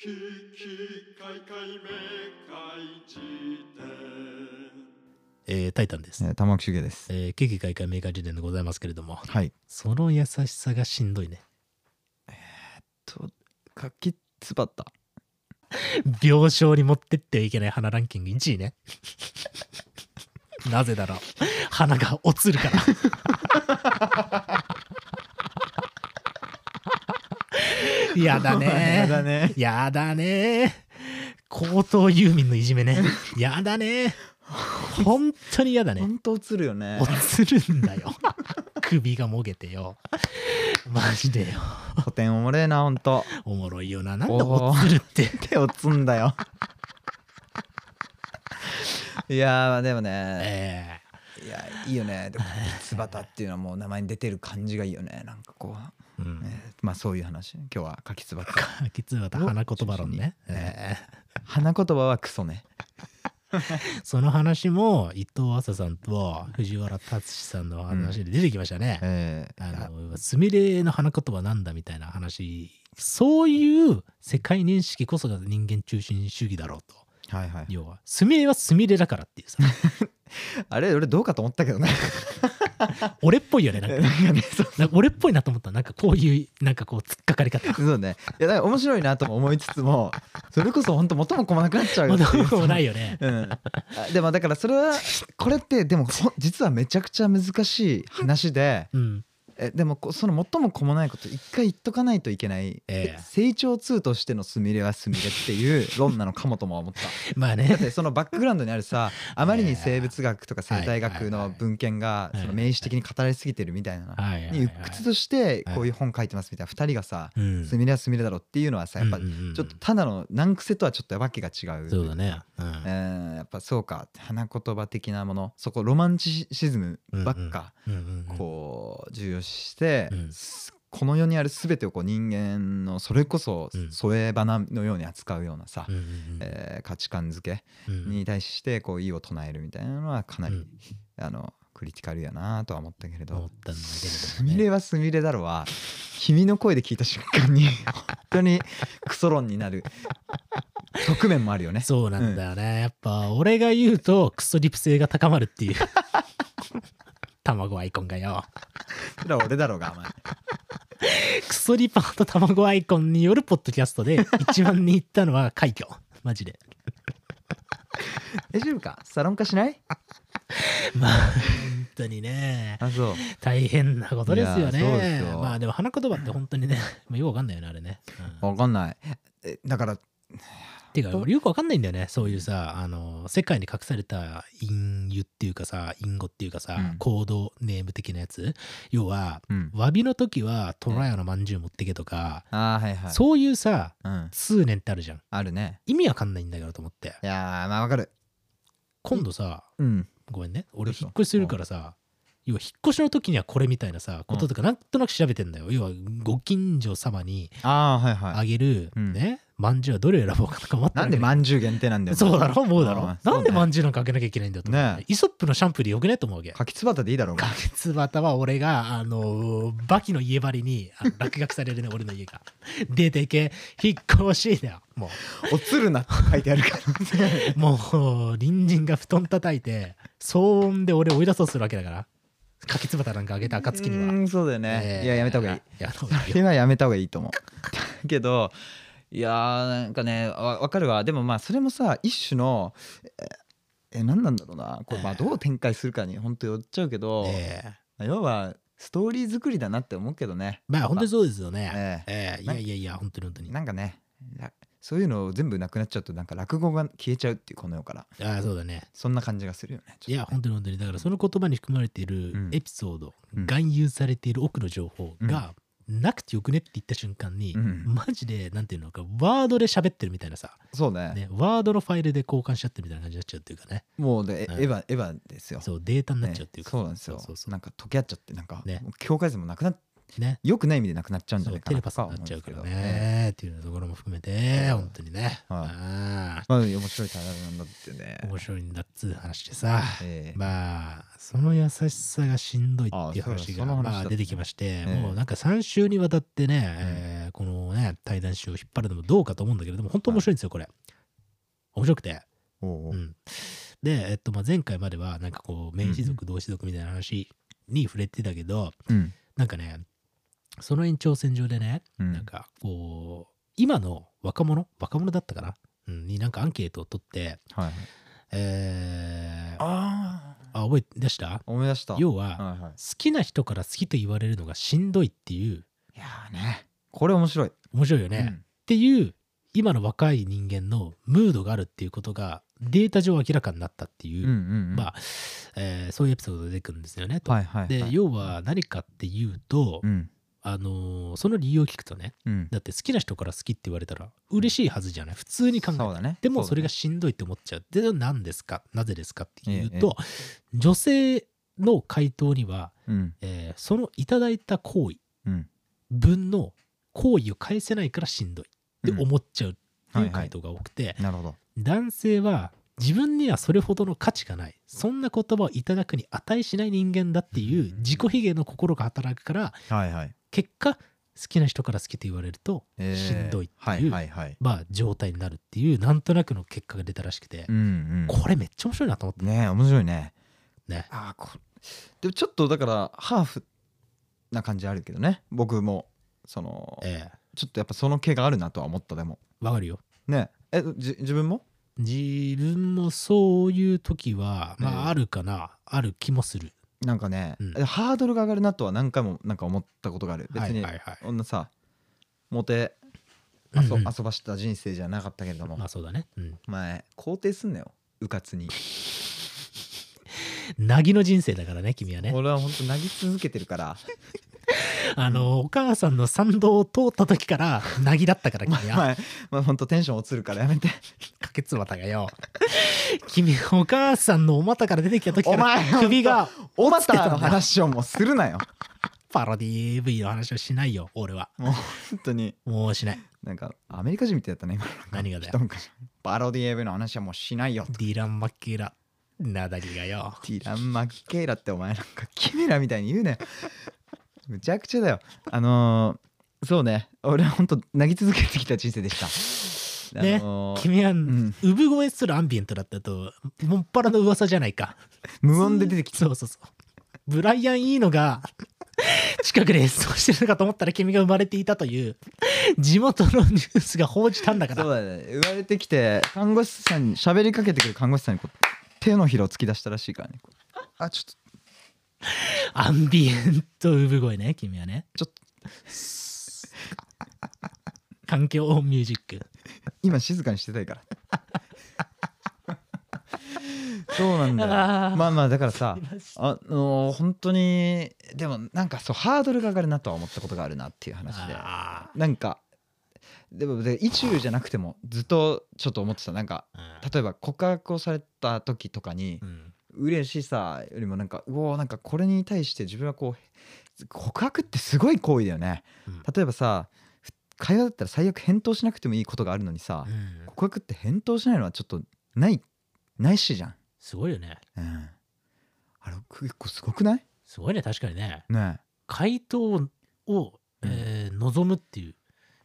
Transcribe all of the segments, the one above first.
ききかいかいめかいじえータイタンです。えー玉木修介です。えー、危機開会メーカー時点でございますけれども、はい。その優しさがしんどいね。と、柿つばった。病床に持ってってはいけない花ランキング1位ね。 なぜなら、花が落つるから。 やだやだね。ね。やだね。高等遊民のいじめね。やだね。本当にやだねほ。んと映るよね。落つるんだよ 首がもげてよマジでよ古典おもれえな、ほん と。おもろいよななんだおー落つる って手をつん だよ。いやー、でもね、えいや、いいよね。でも、つばたっていうのはもう名前に出てる感じがいいよね。なんかこう。えうんえーまあそういう話今日は柿つばたきつまた花言葉論ね、中心 にえ花言葉はクソねえその話も伊藤浅さんと藤原達史さんの話で出てきましたね、えーあのスミレの花言葉なんだみたいな話そういう世界認識こそが人間中心主義だろうとはいはい要はスミレはスミレだからっていう さあれ俺どうかと思ったけどね俺っぽいよねなんかなんかねそう なんか俺っぽいなと思ったなんかこういうなんかこう突っかかり方そうねいやだから面白いなとも思いつつもそれこそ本当元も子もなくなっちゃうよまってだいうもないよね。うん、あでもだからそれはこれってでもほん実はめちゃくちゃ難しい話でうん。えでもこその最もこもないこと一回言っとかないといけない、ええ成長痛としてのスミレはスミレっていう論なのかもとも思ったまあだねっ。てそのバックグラウンドにあ るさあまりに生物学とか生態学の文献がはいはいはいその名詞的に語りすぎてるみたいなはいはいはいに鬱屈としてこういう本書いてますみたいな2人がさうん。スミレはスミレだろっていうのはさやっぱうんうんうんちょっとただの難癖とはちょっとわけが違うそうだね。うんえーやっぱそうか花言葉的なものそこロマンチシズムばっかうんうんうん。こう重要視して、うんすこの世にある全てをこう人間のそれこそうん添え花のように扱うようなさ、うんうんうんえー価値観づけうんに対してこう意を唱えるみたいなのはかなり、うんあのクリティカルやなとは思ったけれ思どったんだすけれみどもね。れはすみれだろは君の声で聞いた瞬 間に本当にクソ論になる側面もあるよね。そうなんだよね。やっぱ俺が言うとクソリプ性が高まるっていう。卵アイコンがよ。それは俺だろうがお前クソリパーと卵アイコンによるポッドキャストで一番に行ったのは快挙。マジで。大丈夫かサロン化しないま あ、本当にね。あそう大変なことですよいやそうでねす。よまあでも花言葉って本当にね、 まあよくわかんないよね、あれね。うんわかんないえだからていうかと俺よくわかんないんだよねそういうさあの世界に隠された隠喩っていうかさ隠語っていうかさ、うん行動ネーム的なやつ要はうん詫びの時はトラヤのまんじゅう持ってけとか、あーはいはいそういうさうん通念ってあるじゃんあるね意味わかんないんだけどと思っていやーまあわかる今度さうんごめんね俺どうした引っ越しするからさ要は引っ越しの時にはこれみたいなさこととかなんとなく調べてんだよ要はご近所様にああはいはあいげるうんねまんじゅうはどれ選ぼうかとか思ってるなわけんでよまんじゅう限定なんだよそうだろ思うだうろんそうねなんでまんじゅうなんか開けなきゃいけないんだと思う、ねイソップのシャンプーでよくねと思うわけ。かきつばたでいいだろうがかけつばたは俺が、あのーバキの家張りにあの落書きされるね、俺の家が。 出てけ、引っ越しだよ。もおつるなって書いて あるからう、もう、隣人が布団叩いて、騒音で俺を追い出そうとするわけだから。かけつばたなんかあげた暁にうは。ーんそうだよね、えーいややめた 方がいい。やめた方がいいそれよ。はやめた方がいいと思うだけどいやーなんかねわわかるわでもまあそれもさ一種のええ何なんだろうなこれまあどう展開するかに本当よっちゃうけど、ええまあ要はストーリー作りだなって思うけどねまあ、本当にそうですよね。えええいやいやいや、本当に本当えに。なんかねらそういうの全部なくなっちゃうとなんか落語が消えちゃうっていうこの世からああ、そうだね。そんな感じがするよねちいょっや本当に本当にだからその言葉に含まれているんエピソード、うん含有されている奥の情報が、なくてよくねって言った瞬間に、うんマジでなんていうのかワードで喋ってるみたいなさ、とそうねね、ワードのファイルで交換しちゃってるみたいな感じになっちゃうっていうかねもうで、えうんエヴァエヴァですよそうデータになっちゃうっていうか、ねそうなんですよそうそうそうなんか溶け合っちゃってなんか、ねもう境界線もなくなっね良くない意味でなくなっちゃうんじそゃなういかテなレとパスになか思っうんちゃうですかけらどね、ええっていうところも含めて本当にね、はいあまあ面白い体なんだってねあ面白いんだっつう話でさ、ええまあその優しさがしんどいっていうあそう話だがその話だまあ、出てきまして、ええもうなんか3週にわたってね、えーこのね対談集を引っ張るのもどうかと思うんだけれども本当面白いんですよこれ面白くて、おうおう、うんで、えっとまあ、前回まではなんかこう明治族同士族みたいな話に触れてたけど、うんなんかねその延長線上でね、うんなんかこう今の若者若者だったかな、うん、になんかアンケートを取ってはいはいえー、あああ覚え出した思い出した要は、はいは好いきな人から好きと言われるのがしんどいっていういやーねこれ面白い面白いよね、うっんていう今の若い人間のムードがあるっていうことがデータ上明らかになったっていう、うんうんうんまあ、えーそういうエピソードが出てくるんですよね。とはいはいはいで要は何かっていうと、うんあのーその理由を聞くとねうんだって好きな人から好きって言われたら嬉しいはずじゃない普通に考えそうてだねでもうだねそれがしんどいって思っちゃう。で何ですかなぜですかっていうええと、女性の回答には、うんえーそのいただいた行為うん分の行為を返せないからしんどいってうん思っちゃうってはいいうはい回答が多くて、なるほど男性は自分にはそれほどの価値がないそんな言葉をいただくに値しない人間だっていう自己卑下の心が働くからはいはい結果好きな人から好きと言われるとえーしんどいっていう、はいはいはいまあ、状態になるっていうなんとなくの結果が出たらしくて、うんうんこれめっちゃ面白いなと思っねえ面白いねたね。ああこでもちょっとだからハーフな感じあるけどね僕もそのええちょっとやっぱその毛があるなとは思ったでもわかるよ。ねええじ自分も自分もそういう時は、まえあ、えあるかな、ある気もする。なんかね、うんハードルが上がるなとは何回もなんか思ったことがある別に、はいはいはい女さモテう遊,、んうん遊ばした人生じゃなかったけれども、まあそうだね。うん。お前肯定すんなようかつに、なぎの人生だからね、君はね。俺は本当投げ続けてるからあの、お母さんの参道を通った時から、なぎだったから、お君前おは。前お前本当テンション落ちるからやめ てかけつばたがよ。君、お母さんのお股から出てきた時かおら、前首がおまたの話をもうするなよパロディ AV の話をしないよ、俺は。もう本当にもうしない。なんかアメリカ人みたいだったね今のなんか何がだよ一昔パロディ AV の話はもうしないよディラン・マッケーラ、なだぎがよ。ティラン・マッケイラってお前なんかキメラみたいに言うねむちゃくちゃだよあのーそうね俺は本当投げ続けてきた人生でしたねあのー君は、ん産声するアンビエントだったと、もっぱらの噂じゃないか。無音で出てききた。そうそうそう。ブライアン・イーノが近くで演奏してるのかと思ったら君が生まれていたという地元のニュースが報じたんだかたそうら。だね生まれてきて看護師さんに喋りかけてくる看護師さんにこう手のひらを突き出したらしいからねこうあちょっアンビエント産声ね、君はね。とちょっと環境音ミュージック。今静かにしてたいからそうなんだよあーまあまあだからさいましあのー本当にでもなんかそうハードルが上がるなとは思ったことがあるなっていう話であなんかでもで意中じゃなくてもずっとちょっと思ってたなんかー例えば告白をされた時とかにうん嬉しさよりもなんかうおーなんかこれに対して自分はこう告白ってすごい行為だよねうん例えばさふ会話だったら最悪返答しなくてもいいことがあるのにさうん告白って返答しないのはちょっとないないしじゃん、すごいよね。うん、あれ結構すごくないすごいね、確かにね。ね回答を、えー望むっていう。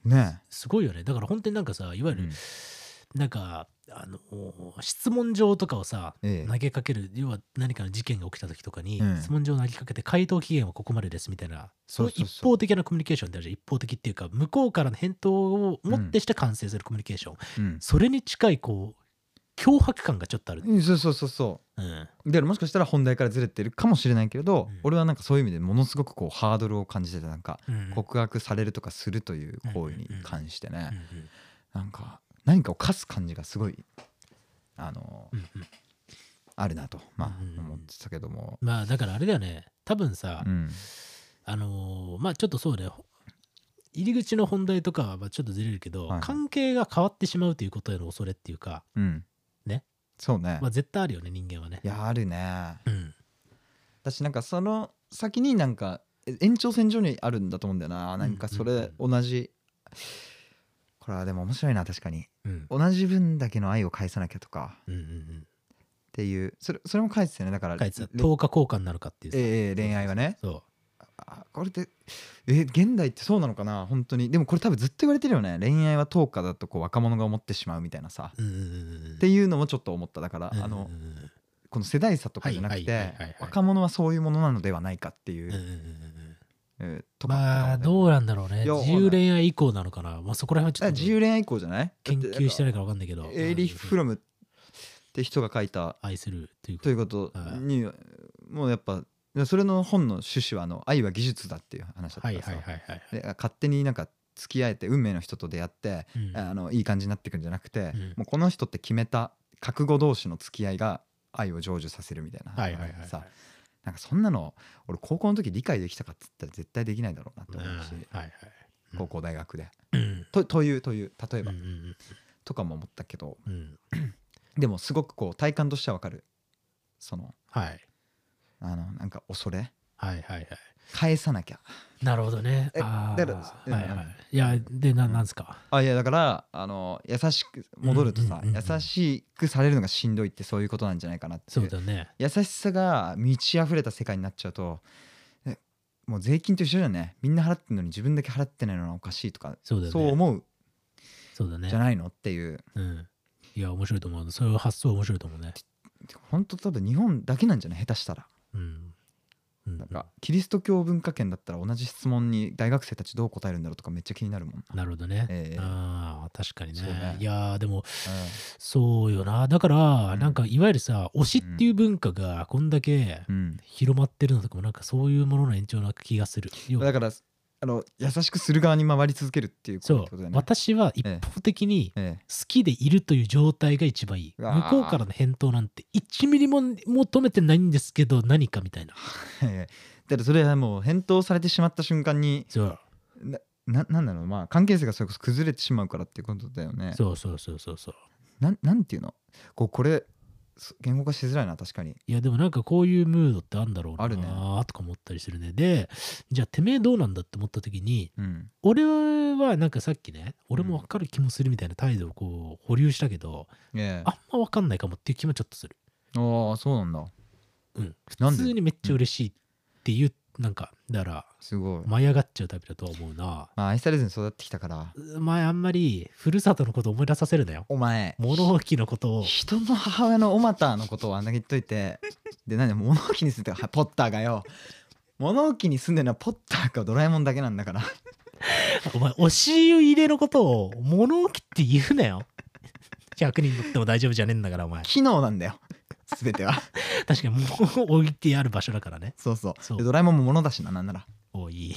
えねすごいよね。だから本当になんかさ、いわゆうるん、なんか、あの、質問状とかをさ、ええ投げかける、要は何かの事件が起きた時とかに、うん質問状を投げかけて、回答期限はここまでですみたいな、そそうういうそうそう一方的なコミュニケーションってあるじゃん。一方的っていうか、向こうからの返答をもってして完成するコミュニケーション。うんそれに近い、こう、脅迫感がちょっとある。うん、そうそうそうそううん。だからもしかしたら本題からずれてるかもしれないけれど、うん俺はなんかそういう意味でものすごくこうハードルを感じててなんかうん告白されるとかするという行為に関してね、うんうんなんか何かを課す感じがすごいあのうんうんあるなとまうんあ思ってたけども、まあ、だからあれだよね。多分さ、うんあのーまあちょっとそうだよ入り口の本題とかはまあちょっとずれるけど、はいはい関係が変わってしまうということへの恐れっていうか、うんねそうね、まあ、絶対あるよね人間はねいやあるねうん私なんかその先になんか延長線上にあるんだと思うんだよななんかそうんうんれ同じこれはでも面白いな確かにうん同じ分だけの愛を返さなきゃとかうんうんうんっていうそれそれも書いてたよねだから書いてたれ10日交換になるかっていうさええ恋愛はねそあこれってえ現代ってそうなのかな本当にでもこれ多分ずっと言われてるよね恋愛は10日だとこう若者が思ってしまうみたいなさううんうんうんうんっていうのもちょっと思っただからあのうんうんうんこの世代差とかじゃなくはいはいてはいはいはい若者はそういうものなのではないかっていううんうんうんうんえーとかまあとかもねどうなんだろうねいや自由恋愛以降なのかなまあそこら辺あは自ちょっ由恋愛以降じゃないと研究してなないいから分かんないけどエイリ・フロロムって人が書いた愛するというこということにもうやっぱそれの本の趣旨はあの愛は技術だっていう話だったかはいらはさいはいはいで勝手になんか付き合えて運命の人と出会って、うんあのいい感じになっていくんじゃなくて、うんもうこの人って決めた覚悟同士の付き合いが愛を成就させるみたいな、はいはいはいさなんかそんなの俺高校の時理解できたかっつったら絶対できないだろうなとうん思うし、はいはいうん高校大学で。うんとというという例えば、うんうんとかも思ったけどうんうんでもすごくこう体感としてはわかるそのはいあのなんか恐れはいはいはい返さなきゃなるほどね。えあーだからはいはうんい。いや、で、なうんなんですか。あいやだからあの優しく戻るとさ、うんうんうんうん優しくされるのがしんどいってそういうことなんじゃないかなっていそううだね。優しさが満ち溢れた世界になっちゃうとえもう税金と一緒じゃんねみんな払ってんのに自分だけ払ってないのはおかしいとかそうだね。そう思うそうだねじゃ。ないのっていううん。いや、面白いと思う。そういう発想面白いと思うね。本当多分日本だけなんじゃない下手したらうん。うんなんかキリスト教文化圏だったら同じ質問に大学生たちどう答えるんだろうとかめっちゃ気になるもんななるほどね。ええああ、確かにそうねね。いやー、でも、そうよな。だから、うんなんか、いわゆるさ、推しっていう文化がこんだけうん、広まってるのとかも、なんかそういうものの延長な気がする。う要ん、はだからあの優しくする側に回り続けるっていうこそとってことだうよ。ね私は一ええ方的に、え 好きでいるという状態が一番いい。う向わーこうからの返答なんて1ミリも求めてないんですけど何かみたいな。えだからそれはもう返答されてしまった瞬間にそうななんだろうまあ関係性がそれこそ崩れてしまうからっていうことだよねそうそうそうそうそう。なんなんていうのこうこれそ言語化しづらいな確かにいやでもなんかこういうムードってあるんだろうなあるねーとか思ったりするね。でじゃあてめえどうなんだって思った時にうん俺はなんかさっきね俺も分かる気もするみたいな態度をこう保留したけど、えあんま分かんないかもっていう気もちょっとする。えああそうなんだうん、な普んで通にめっちゃ嬉しいっていう、なんかだからすごい、舞い上がっちゃうタイプだとは思うな。まあ、愛されずに育ってきたからお前あんまりふるさとのこと思い出させるなよ。お前物置のことを。人の母親のおまたのことをあんだけ言っと いてで何物置に住んでたポッターがよ物置に住んでるのはポッターかドラえもんだけなんだからお前、押し入れのことを物置って言うなよ。100人乗っても大丈夫じゃねえんだから、お前。機能なんだよ全ては 確かに物置いてある場所だからね。そうそうそうでドラえもんも物だしななんなら、おいい。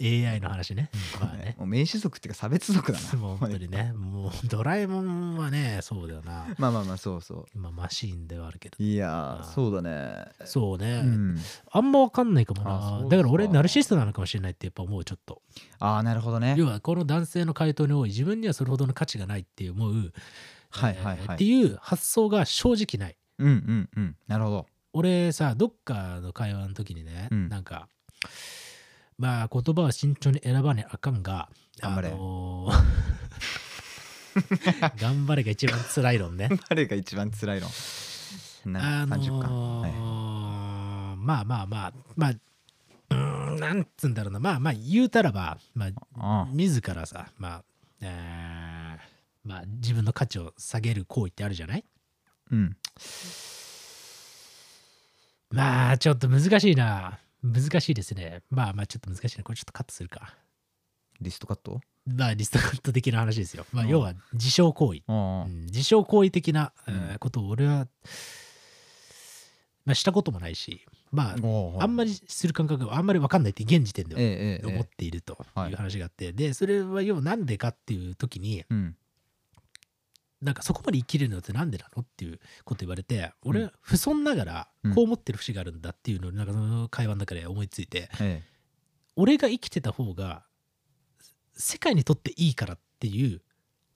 AI の話ね。まあね。もう名詞族っていうか差別族だなもう本当にね、もうドラえもんはね、そうだよな。まあまあまあそうそまあマシーンではあるけどう。いやーあーそうだねそうね。うんあんまわかんないかもあそうな。かだから俺、ナルシストなのかもしれないってやっぱ思う、ちょっと。ああなるほどね要はこの男性の回答に多い自分にはそれほどの価値がないって思う、はいはいえーはっていいう発想が正直ないうんうんうんなるほど 俺さどっかの会話の時にね、うんなんかまあ言葉は慎重に選ばねあかんが頑張れあのー 頑張れが一番辛い論ね誰が一番辛いの なあの30巻、はいーまあまあまあまあうーんなんつうんだろうなまあまあ言うたらば、まあ、あ自らさまあ、えーまあ自分の価値を下げる行為ってあるじゃないーうんまあちょっと難しいな難しいですねまあまあちょっと難しいなこれちょっとカットするかリストカットまあリストカット的な話ですよまあうん要は自傷行為、あうあん自傷行為的な、えーうんことを俺は、まあ、したこともないしまああんまりりする感覚があんまり分かんないって現時点ではええええ思っているとはいいう話があってでそれは要はなんでかっていう時に、うんなんかそこまで生きれるのってなんでなのっていうこと言われて俺、うん不損ながらうんこう思ってる節があるんだっていうのをなんかその会話の中で思いついてえ俺が生きてた方が世界にとっていいからっていう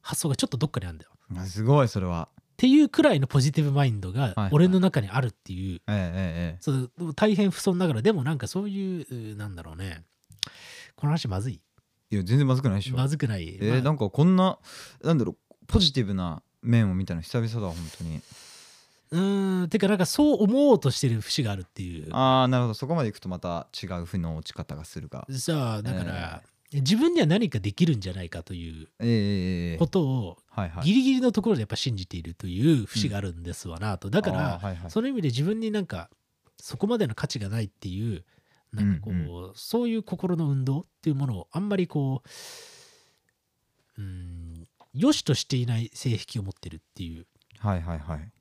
発想がちょっとどっかにあるんだよ。えあすごいそれはっていうくらいのポジティブマインドいはがい俺の中にあるっていう、ええええええそう大変不損ながらでもなんかそういううーなんだろうねこの話まずいいや全然まずくないでしょ、まずくない、えーまあなんかこんななんだろうポジティブな面を見たの久々だ本当にうーんてかなんかそう思おうとしてる節があるっていうああなるほどそこまでいくとまた違う負の落ち方がするがさあだから、自分には何かできるんじゃないかというええええええことをはいはいギリギリのところでやっぱ信じているという節があるんですわなと、だから、あーはいはいその意味で自分になんかそこまでの価値がないっていうなんかこう、うんそういう心の運動っていうものをあんまりこううん良しとしていない性癖を持ってるっていうはいはいはい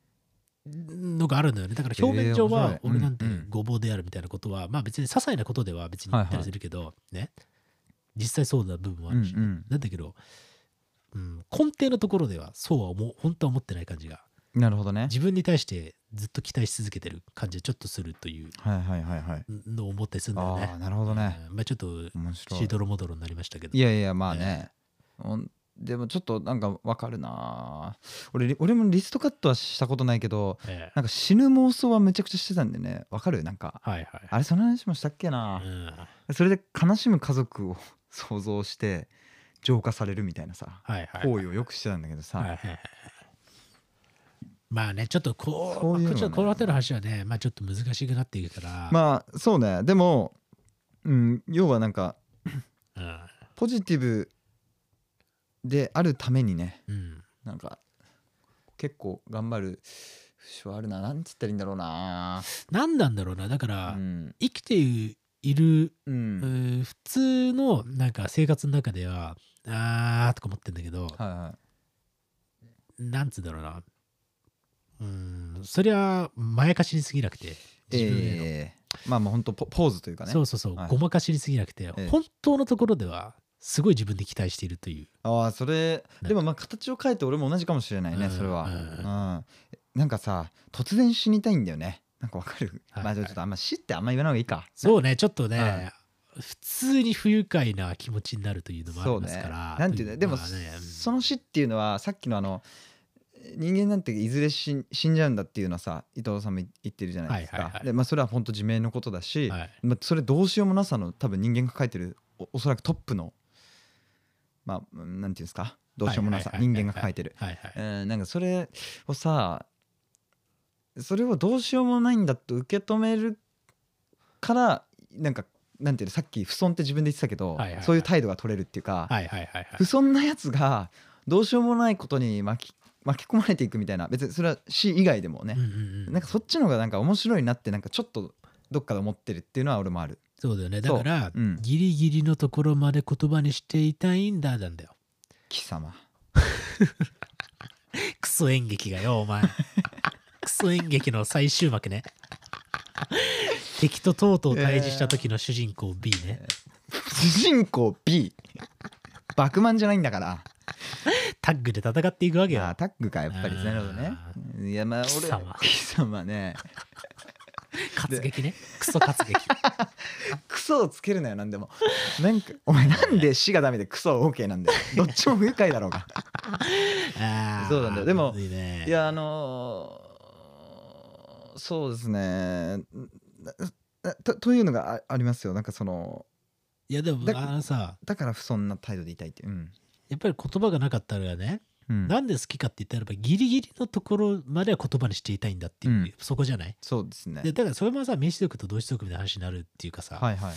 のがあるんだよねだからえー表面上は面白い俺なんてうんうんごぼうであるみたいなことは、まあ別に些細なことでは別に言ったりするけど、ね実際そうな部分もあるし、うんうんなんだけど、うん、根底のところではそうは思う本当は思ってない感じがなるほどね 自分に対してずっと期待し続けてる感じはちょっとするというはいはいはいはいのを思ったりするんだよああね。なるほどねうんまあちょっと面白シーいドロモドロになりましたけど。いやいやまあね、ほんでもちょっとなんかわかるな俺俺もリストカットはしたことないけどええなんか死ぬ妄想はめちゃくちゃしてたんでねわかるなんかはいはい。あれその話もしたっけなう、んそれで悲しむ家族を想像して浄化されるみたいなさはいはい。行為をよくしてたんだけどさ、はいはいはいまあねちょっとこうそういまうのねあこっちのこの辺りの話はねまあちょっと難しくなっていくから。まあそうねでも、うん、要はなんかあ、ポジティブであるためにねうん。うんなんか結構頑張る節はあるななんつったらいいんだろうな何なんだろうなだかうら、ん生きている、ううんー普通のなんか生活の中ではあーとか思ってんだけど、はいはなんつうんだろうな。うーん、そりゃ、まやかしにすぎなくて、い自分への。ええまあまあ本当ポポーズというかねそうそうそう、はいごまかしにすぎなくて、え本当のところでは、すごい自分で期待しているという。ああそれねでもまあ形を変えて俺も同じかもしれないね、うんそれは、ううんんなんかさ突然死にたいんだよねなんかわかる、はいまあじゃあちょっとあんま死ってあんま言わない方がいいかそうね、ちょっとね、は普通に不愉快な気持ちになるというのもあそうりまねすから。なんていうとのでも、まあねその死っていうのはさっきのあの人間なんていずれ死ん死んじゃうんだっていうのはさ伊藤さんも言ってるじゃないですか、はいはいはいでまあ、それは本当自明のことだし、はいまあ、それどうしようもなさの多分人間が書いてるおおそらくトップのまあうんなんていうんですかどうしようもなさはいはい人はいはい間が書いてるはいはい。うんなんかそれをさそれをどうしようもないんだと受け止めるからなんかなんていうのさっき不損って自分で言ってたけはど、いはいはいそういう態度が取れるっていうか、はいはいはいはい。不損なやつがどうしようもないことに巻き巻き込まれていくみたいな別にそれは死以外でもねうん、うんうんなんかそっちの方がなんか面白いなってなんかちょっとどっかで思ってるっていうのは俺もあるそうだよね。だそうから、うんギリギリのところまで言葉にしていたいんだなんだよ。貴様クソ演劇がよ、お前。 クソ演劇の最終幕ね。敵ととうとう対峙した時の主人公 B ね。主人公 B バクマンじゃないんだからタッグで戦っていくわけまよあ。タッグかやっぱりあーなるほどねいやまあ貴俺様貴様ね活劇ね。クソ活 劇。クソをつけるなよなんで もなんかお前なんで死がダメでクソは OK なんだよどっちも不愉快だろうがあーそうなんだよでもむずい ねいやあのーそうですねななとというのがあありますよなんかそのいやでもだあのさ、だから不損な態度でいたいっていううん、やっぱり言葉がなかったらね、うんなんで好きかって言ったらばギリギリのところまでは言葉にしていたいんだっていう、うんそこじゃないそうですねでだからそれもさ名詞族と動詞族みたいな話になるっていうかさ、はいはい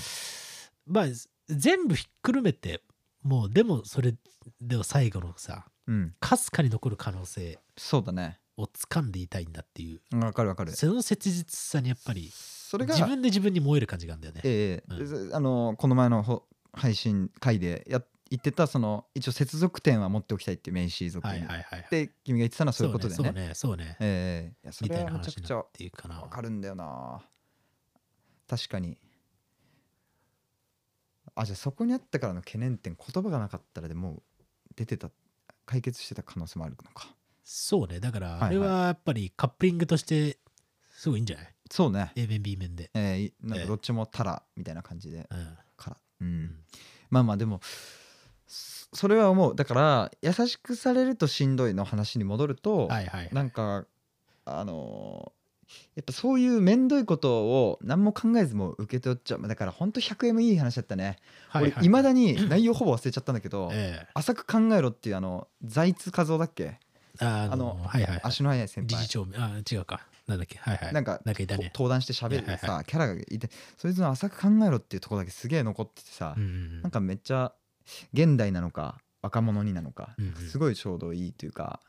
まあ全部ひっくるめてもうでもそれでは最後のさうんかすかに残る可能性そうだねを掴んでいたいんだっていうわかるわかるその切実さにやっぱりそれが自分で自分に燃える感じがあるんだよね。ええうあのこの前のほ配信会でや言ってたその一応接続点は持っておきたいっていう名詞族はいに、はいはいはい。で君が言ってたのはそういうことでそうねねそうねそうねええいやそみたれいはなめちゃ話くにちなゃっていうかなわ。かるんだよな確かにあじゃあそこにあったからの懸念点言葉がなかったらでもう出てた解決してた可能性もあるのかそうねだからはあれいはいはやっぱりカップリングとしてすごいいいんじゃないそうね ?A 面 B 面で。えー、いなんええかどっちもたらみたいな感じでうんからうんんまあまあでもすそれは思うだから優しくされるとしんどいの話に戻ると、はいはいなんかあのーやっぱそういう面倒いことを何も考えずもう受け取っちゃうだからほんと 100M いい話だったねはい俺いまだに内容ほぼ忘れちゃったんだ けど「ええ浅く考えろ」っていうあの財津和夫だっけあのあのはいはい足の速い先理輩事長あ違うかなんだっけはいはいなんかなんかいたとね登壇して喋はるいはさキャラがいてそいつの「浅く考えろ」っていうところだけすげえ残っててさうんうんなんかめっちゃ現代なのか若者になのかうんうんすごいちょうどいいというか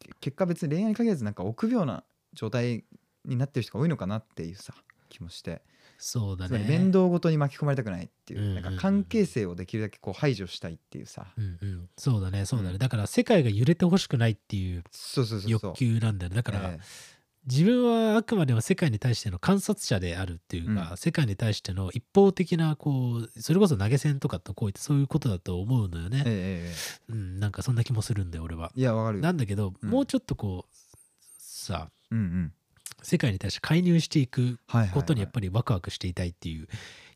け結果別に恋愛に限らずなんか臆病な状態になってる人が多いのかなっていうさ気もしてそうだつまねり面倒ごとに巻き込まれたくないっていううんなんか関係性をできるだけこう排除したいっていうさうんうんそうだねそうだうねんだから世界が揺れてほしくないっていうそうそうそうそう欲求なんだよねだかえらえ自分はあくまでも世界に対しての観察者であるっていうか、う世界に対しての一方的なこうそれこそ投げ銭とかとこういってそういうことだと思うのよね、えうええええん、なんかそんな気もするんだよ俺はえいやわかるなんだけど、うんもうちょっとこうさうんうん世界に対して介入していくはいはいはいことにやっぱりワクワクしていたいっていう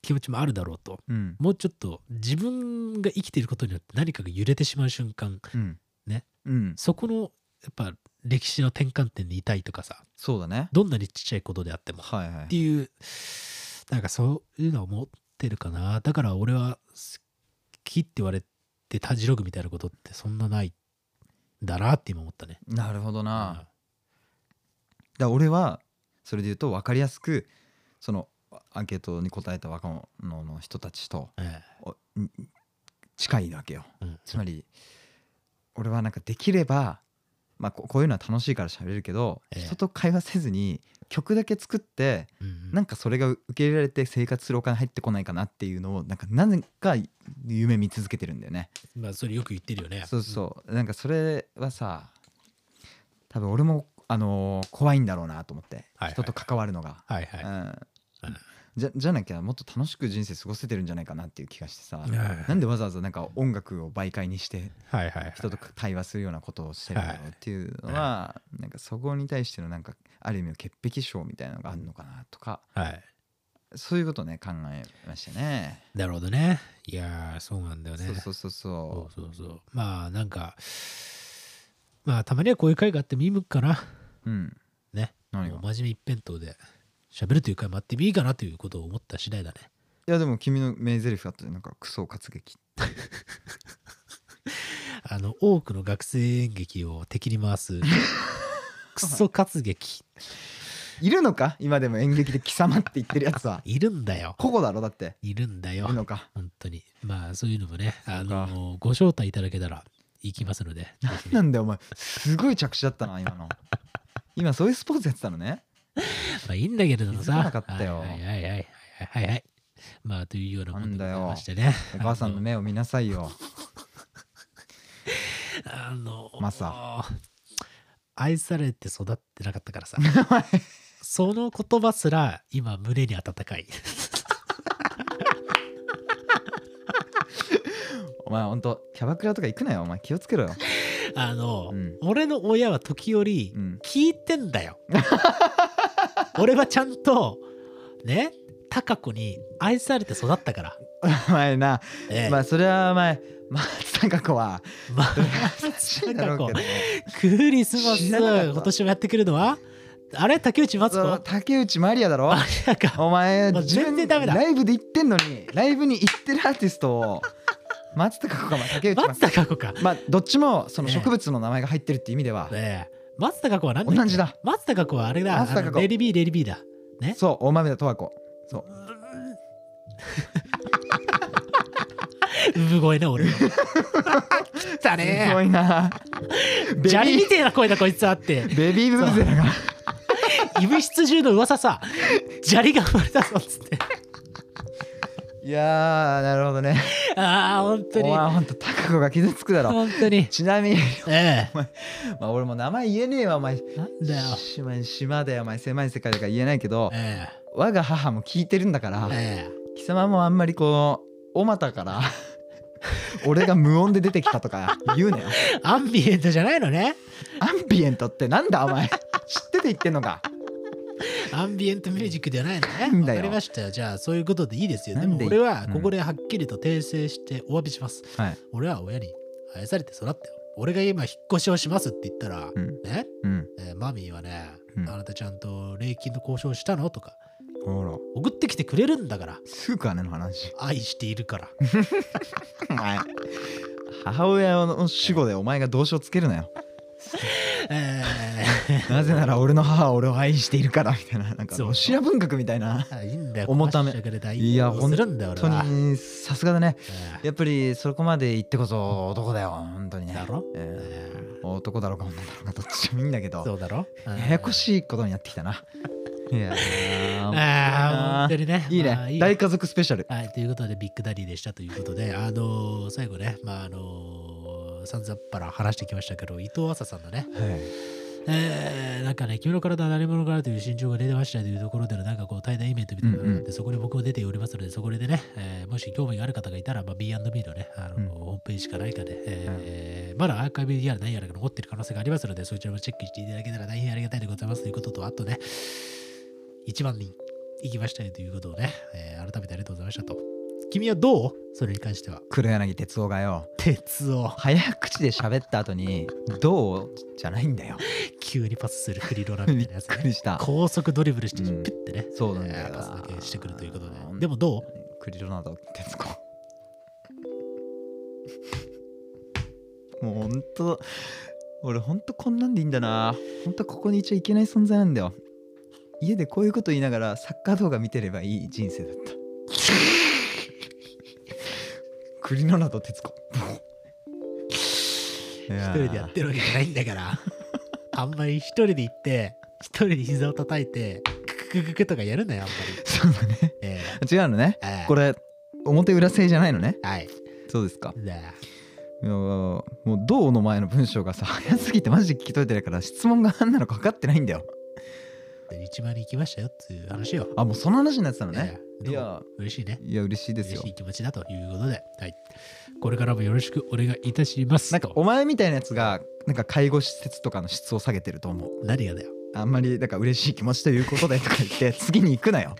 気持ちもあるだろうとうんもうちょっと自分が生きていることによって何かが揺れてしまう瞬間うんねうんそこのやっぱ歴史の転換点にいたいとかさそうだねどんなにちっちゃいことであってもはいはっていいうなんかそういうのは思ってるかなだから俺は好きって言われてたじろぐみたいなことってそんなないんだなって今思ったねなるほどなあだから俺はそれで言うと分かりやすくそのアンケートに答えた若者の人たちとえおん近いわけよえうんつまり俺はなんかできればまあここういうのは楽しいから喋るけどええ人と会話せずに曲だけ作ってうんうんなんかそれが受け入れられて生活するお金入ってこないかなっていうのをなんかなぜか夢見続けてるんだよねまあそれよく言ってるよねそうそうなんかそれはさ多分俺もあのー怖いんだろうなと思ってはいはい人と関わるのがはいはい、うんじゃじゃなきゃもっと楽しく人生過ごせてるんじゃないかなっていう気がしてさ、いはいなんでわざわざなんか音楽を媒介にしてはいはいはい人と対話するようなことをしてるんだろうっていうのはなんかそこに対してのなんかある意味の潔癖症みたいなのがあるのかなとかはいそういうことをね考えましたね。なるほどねいやーそうなんだよねそうそうそうそそうそうそうまあなんかまあたまにはこういう会があってもいいのかなう。うん。ね何もがう真面目一辺倒で喋るという会もあってもいいかなということを思った次第だねいやでも君の名台詞あったじゃんなんかクソ活劇。あの多くの学生演劇を敵に回 すクソ活劇。いるのか今でも演劇で貴様って言ってるやつはいるんだよここだろだって。いるんだいよるのか。本当にまあそういうのもねあかのご招待いただけたら行きますのでぜひねなんだよお前すごい着地だったな今の今そういうスポーツやってたのねまあいいんだけれども気づさ。かなかったよはいはいはいはいはいはい。まあというようなことでございましてね。お母さんの目を見なさいよあの、マサ愛されて育ってなかったから さ。その言葉すら今胸に温 かい。お前ほんとキャバクラとか行くなよお前気をつけろよあの、うん俺の親は時折うん聞いてんだ よ。俺はちゃんと、ね、高子に愛されて育ったから。お前な、ええまあそれはお前松たか子はまあ知らんだろうけどクリスマス知らなかった今年もやってくるのはあれ竹内マツそうコ竹内まりやだ ろあれかお前まあ自分全然ダメだライブで行ってんのにライブに行ってるアーティストを松たか子かまあ竹内ま松たか子かまあどっちもその植物の名前が入ってるって意味では、ねえ松たか子は何だっけ同じだ松たか子はあれだ松たあか子のレリビーレリビーだねそう大豆田十和子そう産声ね 俺の来たすごいなベ ビ砂利みーてえな声だこいつあってベビーブーゼラがイブ室中の噂さ砂利が生まれたぞっつっていやーなるほどねああ本当おに前ほんとタカ子が傷つくだろ本当にちなみに、ええまあ、俺も名前言えねえわお前なんだよしお前島だよお前狭い世界だから言えないけどえ我が母も聞いてるんだからええ貴様もあんまりこうおまたから 俺が無音で出てきたとか言うなよえアンビエントじゃないのねアンビエントってなんだお前知ってて言ってんのかアンビエントミュージックじゃないのなんね。だわよかりましたよ。じゃあ、そういうことでいいですよ。なでんでも俺は、うんここではっきりと訂正してお詫びします。はい俺は親に愛されて育ったよ。俺が今、引っ越しをしますって言ったら、うんね、うんえーマミーはね、うんあなたちゃんと礼金の交渉したのとか、ほら送ってきてくれるんだから、すぐかねの話愛しているから。お前母親の主語でお前が動詞をつける なよえなぜなら俺の母は俺を愛しているからみたいななんかそうロシア文学みたいな ーいいんだよ。重ため壊してくれたいやどうするんだよ、本俺は。当にさすがだねえーやっぱりそこまで言ってこそ男だよ本当にねだろええーー男だろうか女だろうかどっちでもいいんだけどそうだろやややこしいことになってきたないやーああ、本当にね。いいまあね大家族スペシャルはい、ということで、ビッグダディでしたということで、あのー最後ね、まあ、あのー、さんざっぱら話してきましたけど、伊藤浅さんのね、えー、なんかね、君の体は何者からという心情が出てましたというところでの、なんかこう、対談イベントみたいなのがあって、うんそこに僕も出ておりますので、そこでね、えーもし興味がある方がいたら、まあ、B&B のね、あのうんホームページしかないかで、えーまだアーカイブやら何やらが残ってる可能性がありますので、そちらもチェックしていただけたら大変ありがたいでございますということと、あとね、1万人行きましたよということをね、えー改めてありがとうございましたと。君はどうそれに関して は。黒柳哲夫がよ鉄を早口で喋った後に「どう?」じゃないんだよ急にパスするクリローラみたびっいなやつくね。りした高速ドリブルして、ピうュんッてね、そうなんだよえーパスだけしてくるということであー。でもどうクリロナド徹子もうほんと俺ほんとこんなんでいいんだなほんとここにいちゃいけない存在なんだよ家でこういうこと言いながらサッカー動画見てればいい人生だったクリロナド徹子 一一人でやってるわけじゃないんだ から。あんまり一人で行って、一人で膝を叩いて、クククククとかやるなよ、あんまり。そうだねえ違うのねーえー これ表裏性じゃないのねはい。そうですかだあいやもう「どう?」の前の文章がさ 早すぎてマジで聞き取れてないから質問が何なのか分かってないんだよ一万人行きましたよっていう話よ。あもうその話になってたのねえーどいうもや嬉しいね。いや嬉しいです嬉よしい気持ちだということで、はい、これからもよろしくお願いいたしますなんかおと。前みたいなやつがなんか介護施設とかの質を下げてると思う何がだよ。あんまりなんか嬉しい気持ちということでとか言って次に行くなよ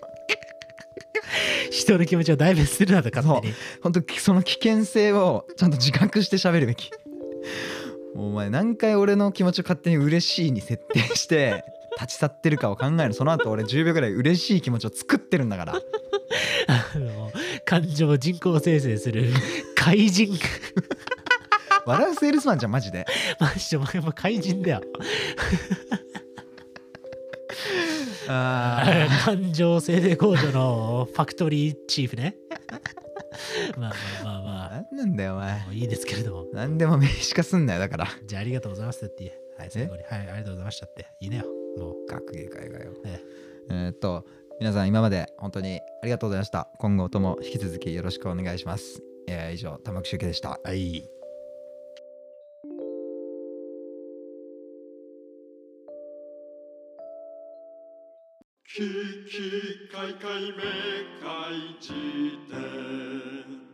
人の気持ちを代弁するなと勝手に。本当その危険性をちゃんと自覚して喋るべきお前何回俺の気持ちを勝手に嬉しいに設定して立ち去ってるかを考えるその後俺10秒ぐらい嬉しい気持ちを作ってるんだからあの感情を人工生成する怪人。 笑うセールスマンじゃんマジでマジでお前も怪人だよ。ああー感情生成工場のファクトリーチーフ ね。まあまあまあま何なんだよおあ、前もういいですけれども。何でも名詞化すんなよだからじゃあありがとうございましたって言え。はい、最後に。はい、ありがとうございましたって。いいねよ。もう。学芸会がよええーっと皆さん今まで本当にありがとうございました今後とも引き続きよろしくお願いします、えー以上玉木周家でしたはい。 「ききかいかいめかいじてん」